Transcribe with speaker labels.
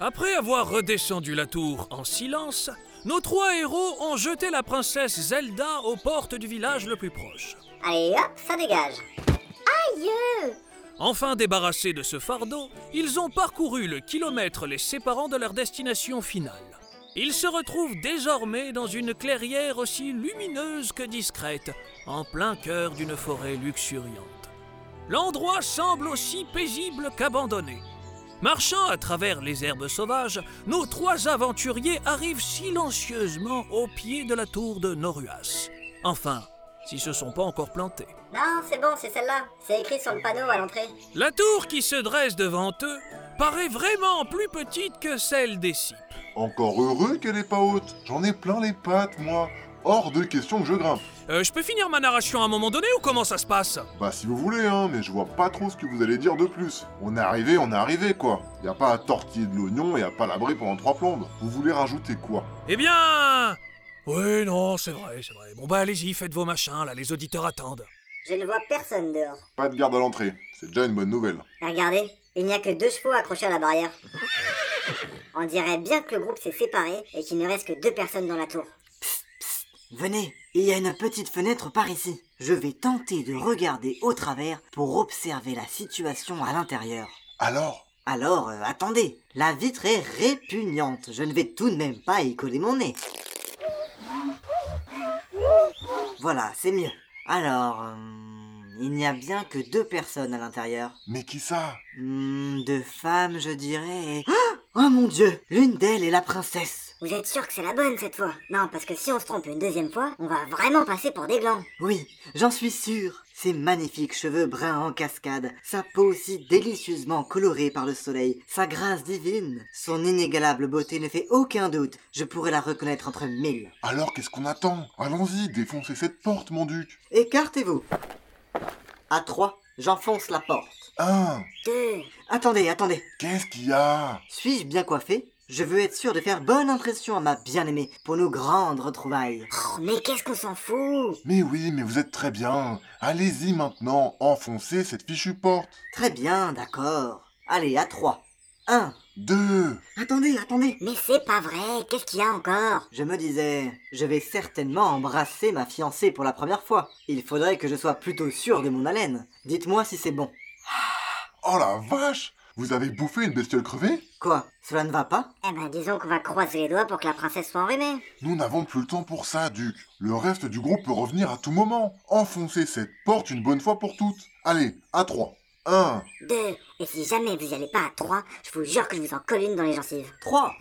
Speaker 1: Après avoir redescendu la tour en silence, nos trois héros ont jeté la princesse Zelda aux portes du village le plus proche.
Speaker 2: Allez hop, ça dégage.
Speaker 3: Aïe
Speaker 1: Enfin débarrassés de ce fardeau, ils ont parcouru le kilomètre les séparant de leur destination finale. Ils se retrouvent désormais dans une clairière aussi lumineuse que discrète, en plein cœur d'une forêt luxuriante. L'endroit semble aussi paisible qu'abandonné. Marchant à travers les herbes sauvages, nos trois aventuriers arrivent silencieusement au pied de la tour de Noruas. Enfin, s'ils se sont pas encore plantés.
Speaker 2: Non, c'est bon, c'est celle-là. C'est écrit sur le panneau à l'entrée.
Speaker 1: La tour qui se dresse devant eux paraît vraiment plus petite que celle des cipes.
Speaker 4: Encore heureux qu'elle est pas haute. J'en ai plein les pattes, moi. Hors de question que je grimpe.
Speaker 1: Euh, je peux finir ma narration à un moment donné ou comment ça se passe
Speaker 4: Bah si vous voulez, hein, mais je vois pas trop ce que vous allez dire de plus. On est arrivé, on est arrivé, quoi. Y a pas à tortiller de l'oignon et à palabrer pendant trois plombes. Vous voulez rajouter quoi
Speaker 1: Eh bien... Oui, non, c'est vrai, c'est vrai. Bon bah allez-y, faites vos machins, là, les auditeurs attendent.
Speaker 2: Je ne vois personne dehors.
Speaker 4: Pas de garde à l'entrée. C'est déjà une bonne nouvelle.
Speaker 2: Et Regardez, il n'y a que deux chevaux accrochés à la barrière. On dirait bien que le groupe s'est séparé et qu'il ne reste que deux personnes dans la tour.
Speaker 5: Venez, il y a une petite fenêtre par ici. Je vais tenter de regarder au travers pour observer la situation à l'intérieur.
Speaker 4: Alors
Speaker 5: Alors, euh, attendez, la vitre est répugnante. Je ne vais tout de même pas y coller mon nez. Voilà, c'est mieux. Alors, euh, il n'y a bien que deux personnes à l'intérieur.
Speaker 4: Mais qui ça
Speaker 5: Hmm, deux femmes, je dirais. et- Ah oh mon dieu, l'une d'elles est la princesse.
Speaker 2: Vous êtes sûr que c'est la bonne cette fois Non, parce que si on se trompe une deuxième fois, on va vraiment passer pour des glands.
Speaker 5: Oui, j'en suis sûr. Ses magnifiques cheveux bruns en cascade, sa peau si délicieusement colorée par le soleil, sa grâce divine, son inégalable beauté ne fait aucun doute. Je pourrais la reconnaître entre mille.
Speaker 4: Alors qu'est-ce qu'on attend Allons-y, défoncez cette porte, mon duc.
Speaker 5: Écartez-vous. À trois, j'enfonce la porte.
Speaker 4: Hein
Speaker 2: Deux.
Speaker 5: Attendez, attendez.
Speaker 4: Qu'est-ce qu'il y a
Speaker 5: Suis-je bien coiffé Je veux être sûr de faire bonne impression à ma bien-aimée pour nos grandes retrouvailles.
Speaker 2: Oh, mais qu'est-ce qu'on s'en fout
Speaker 4: Mais oui, mais vous êtes très bien. Allez-y maintenant, enfoncez cette fichue porte.
Speaker 5: Très bien, d'accord. Allez, à trois. Un.
Speaker 4: Deux.
Speaker 5: Attendez, attendez.
Speaker 2: Mais c'est pas vrai, qu'est-ce qu'il y a encore
Speaker 5: Je me disais, je vais certainement embrasser ma fiancée pour la première fois. Il faudrait que je sois plutôt sûr de mon haleine. Dites-moi si c'est bon.
Speaker 4: Oh la vache Vous avez bouffé une bestiole crevée
Speaker 5: Quoi Cela ne va pas
Speaker 2: Eh ben disons qu'on va croiser les doigts pour que la princesse soit enrhumée.
Speaker 4: Nous n'avons plus le temps pour ça, Duc. Le reste du groupe peut revenir à tout moment. Enfoncez cette porte une bonne fois pour toutes. Allez, à trois. Un.
Speaker 2: Deux. Et si jamais vous y allez pas à trois, je vous jure que je vous en colle une dans les gencives.
Speaker 5: Trois